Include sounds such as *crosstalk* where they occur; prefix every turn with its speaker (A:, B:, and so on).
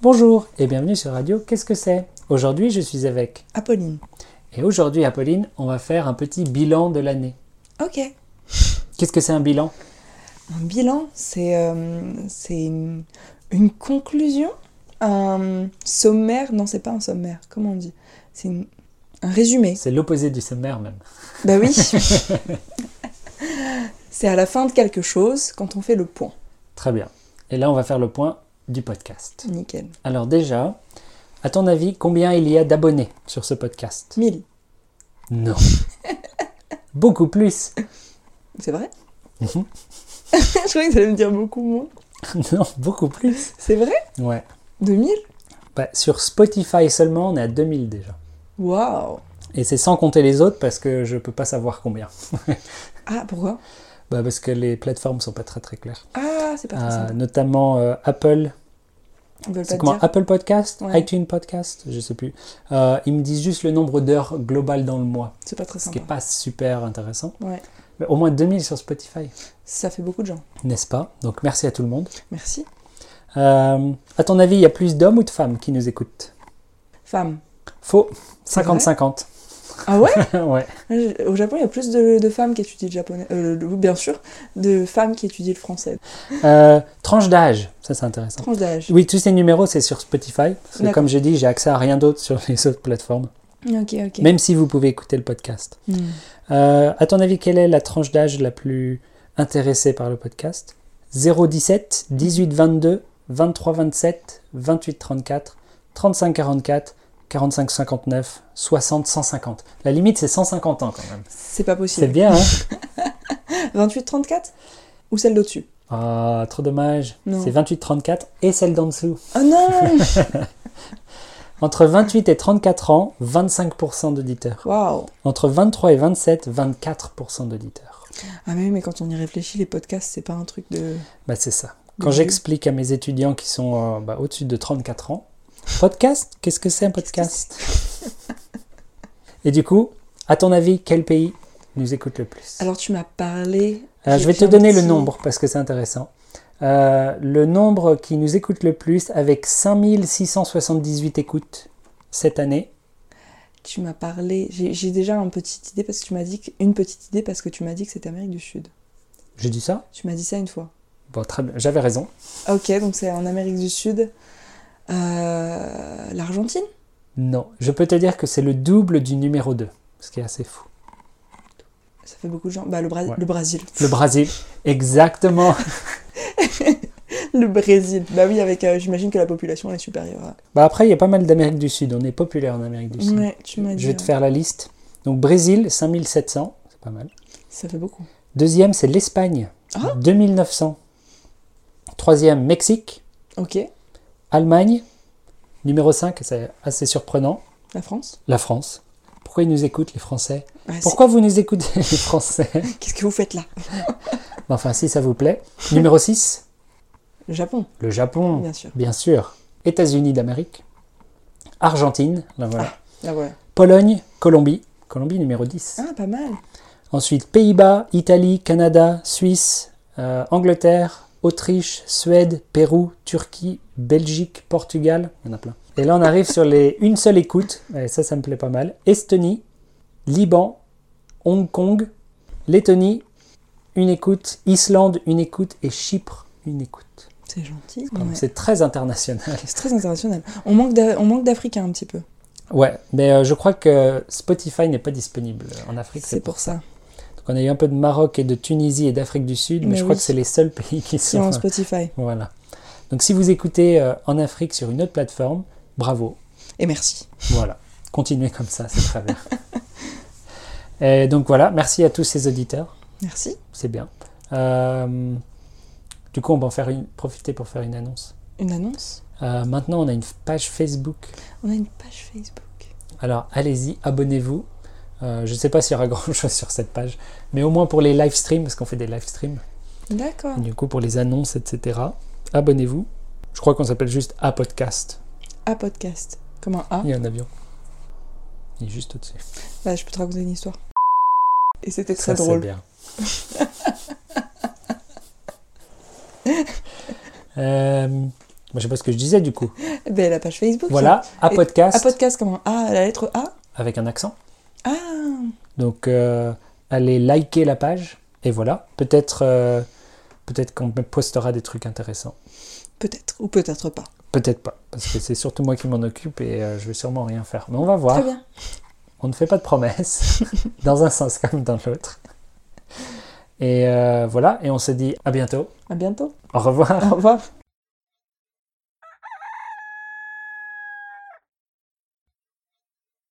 A: Bonjour et bienvenue sur Radio Qu'est-ce que c'est Aujourd'hui, je suis avec.
B: Apolline.
A: Et aujourd'hui, Apolline, on va faire un petit bilan de l'année.
B: Ok.
A: Qu'est-ce que c'est un bilan
B: Un bilan, c'est euh, c'est une, une conclusion, un sommaire. Non, c'est pas un sommaire. Comment on dit C'est une- un résumé.
A: C'est l'opposé du sommaire même.
B: Bah oui. *laughs* c'est à la fin de quelque chose quand on fait le point.
A: Très bien. Et là, on va faire le point du podcast.
B: Nickel.
A: Alors déjà, à ton avis, combien il y a d'abonnés sur ce podcast
B: 1000.
A: Non. Beaucoup plus. *laughs*
B: C'est vrai
A: Mhm.
B: *laughs* Je croyais que ça allait me dire beaucoup moins.
A: non, beaucoup plus.
B: C'est vrai
A: Ouais.
B: 2000
A: Bah, sur Spotify seulement, on est à 2000 déjà.
B: Waouh
A: Et c'est sans compter les autres parce que je peux pas savoir combien.
B: Ah, pourquoi
A: Bah, parce que les plateformes sont pas très très claires.
B: Ah, c'est pas très
A: Euh,
B: simple.
A: notamment euh, Apple
B: Ils veulent pas
A: C'est
B: te
A: comment
B: dire.
A: Apple Podcast
B: Ouais.
A: iTunes Podcast Je sais plus. Euh, ils me disent juste le nombre d'heures globales dans le mois,
B: C'est pas très
A: ce qui n'est
B: sympa.
A: pas super intéressant.
B: Ouais.
A: Mais au moins 2000 sur Spotify,
B: Ça fait beaucoup de gens.
A: n'est-ce pas Donc merci à tout le monde.
B: Merci.
A: Euh, à ton avis, il y a plus d'hommes ou de femmes qui nous écoutent
B: Femme.
A: Faux,
B: C'est vrai
A: 50-50.
B: Ah ouais
A: *laughs* ouais.
B: Je- Au Japon, il y a plus de, de femmes qui étudient le japonais, euh, le- bien sûr, de femmes qui étudient le français.
A: Euh, tranche d'âge, ça c'est intéressant.
B: Tranche d'âge.
A: Oui, tous ces numéros, c'est sur Spotify. Parce que
B: D'accord.
A: comme j'ai dit, j'ai accès à rien d'autre sur les autres plateformes.
B: Ok, ok.
A: Même si vous pouvez écouter le podcast.
B: Hmm.
A: Euh, à ton avis, quelle est la tranche d'âge la plus intéressée par le podcast 017, 18, 22, 23, 27, 28, 34, 35, 44, 45, 59, 60, 150. La limite, c'est 150 ans quand même.
B: C'est pas
A: C'est
B: possible.
A: bien, hein
B: 28-34 Ou celle d'au-dessus
A: Ah, trop dommage.
B: Non.
A: C'est 28, 34 et celle d'en dessous.
B: Oh
A: *laughs*
B: non
A: Entre 28 et 34 ans, 25% d'auditeurs.
B: Waouh
A: Entre 23 et 27, 24% d'auditeurs.
B: Ah mais, oui, mais quand on y réfléchit, les podcasts, c'est pas un truc de...
A: Bah, c'est ça.
B: de
A: Quand
B: vieux.
A: j'explique à mes étudiants qui sont euh, bah, au-dessus de 34 ans, podcast, qu'est-ce que c'est un podcast Et du coup, à ton avis, quel pays nous écoute le plus
B: Alors tu m'as parlé...
A: Euh,
B: j'ai
A: Je vais te
B: bien
A: donner le
B: dit-
A: nombre parce que c'est intéressant. Euh, le nombre qui nous écoute le plus avec 5678 écoutes cette année.
B: Tu m'as parlé... J'ai j'ai déjà une petite idée parce que tu m'as dit... que- Une petite idée parce que tu m'as dit que c'était Amérique du Sud.
A: J'ai dit ça
B: Tu m'as dit ça une fois.
A: Bon, très bien. J'avais raison.
B: Ok, donc c'est en Amérique du Sud. Euh, L'Argentine
A: Non. Je peux te dire que c'est le double du numéro 2, ce qui est assez fou.
B: Ça fait beaucoup de gens. Bah, le, Bra-
A: Ouais.
B: le Brésil.
A: Le Brésil, exactement.
B: *laughs* Le Brésil. Bah oui, avec. euh, J'imagine que la population elle est supérieure. à-
A: Bah après, il y a pas mal d'Amérique du Sud. On est populaire en Amérique du Sud.
B: Ouais, tu m'as dit.
A: Je vais te
B: hein.
A: faire la liste. Donc Brésil, 5700, c'est pas mal.
B: Ça fait beaucoup.
A: Deuxième, c'est l'Espagne,
B: Ah.
A: 2900. Troisième, Mexique,
B: Ok.
A: Allemagne, numéro 5, c'est assez surprenant,
B: La France.
A: la France. Pourquoi ils nous écoutent, les Français
B: Ouais, c'est-
A: Pourquoi vous nous écoutez, *laughs* les Français
B: Qu'est-ce que vous faites là
A: Enfin, si ça vous plaît. Numéro 6,
B: Le Japon,
A: le Japon,
B: bien sûr.
A: bien sûr. États-Unis d'Amérique, Argentine, là, voilà.
B: Là voilà.
A: Pologne, Colombie, Colombie numéro 10.
B: Ah, pas mal.
A: Ensuite, Pays-Bas, Italie, Canada, Suisse, euh, Angleterre, Autriche, Suède, Pérou, Turquie, Belgique, Portugal. Il y en a plein. Et là, on arrive sur les une seule écoute. Et ça, ça me plaît pas mal. Estonie, Liban, Hong Kong, Lettonie, une écoute, Islande, une écoute et Chypre, une écoute.
B: C'est gentil.
A: Donc,
B: ouais.
A: C'est très international. *laughs*
B: C'est très international. On manque d'A- on manque d'Africains un petit peu.
A: Ouais, mais euh, je crois que Spotify n'est pas disponible en Afrique.
B: C'est pour ça.
A: Donc, on a eu un peu de Maroc et de Tunisie et d'Afrique du Sud, mais,
B: Mais
A: je crois
B: oui.
A: que c'est les seuls pays qui
B: Si
A: sont.
B: on a Spotify.
A: Voilà. Donc si vous écoutez euh, en Afrique sur une autre plateforme, bravo.
B: Et merci.
A: Voilà. Continuez comme ça, c'est très
B: *laughs*
A: bien. Et donc voilà, merci à tous ces auditeurs,
B: Merci.
A: c'est bien. Euh, du coup, on va en faire une, profiter pour faire une annonce.
B: Une annonce.
A: Euh, maintenant, on a une page Facebook.
B: On a une page Facebook.
A: Alors allez-y, abonnez-vous. Euh, je ne sais pas s'il y aura *laughs* grand-chose sur cette page, mais au moins pour les live streams, parce qu'on fait des live streams,
B: D'accord.
A: du coup pour les annonces, etc. Abonnez-vous. Je crois qu'on s'appelle juste A Podcast.
B: À podcast. Comme un A.
A: Il y a un avion. Il est juste au-dessus.
B: Bah, je peux te raconter une histoire. Et c'était
A: Ça,
B: très
A: c'est
B: drôle. *laughs*
A: bien. Euh, Moi, je sais pas ce que je disais du coup.
B: Ben, la page Facebook. ça.
A: Voilà, à
B: Et-
A: podcast,
B: À podcast, comment A, la lettre A.
A: avec un accent.
B: Ah,
A: Donc, euh, allez liker la page. Et voilà, peut-être euh, peut-être qu'on postera des trucs intéressants.
B: peut-être ou peut-être pas.
A: Peut-être pas, parce que c'est surtout moi qui m'en occupe et euh, je vais sûrement rien faire. Mais on va voir.
B: Très bien.
A: On ne fait pas de promesses, dans un sens comme dans l'autre. Et euh, voilà, et on se dit à bientôt.
B: À bientôt.
A: Au revoir.
B: Au revoir.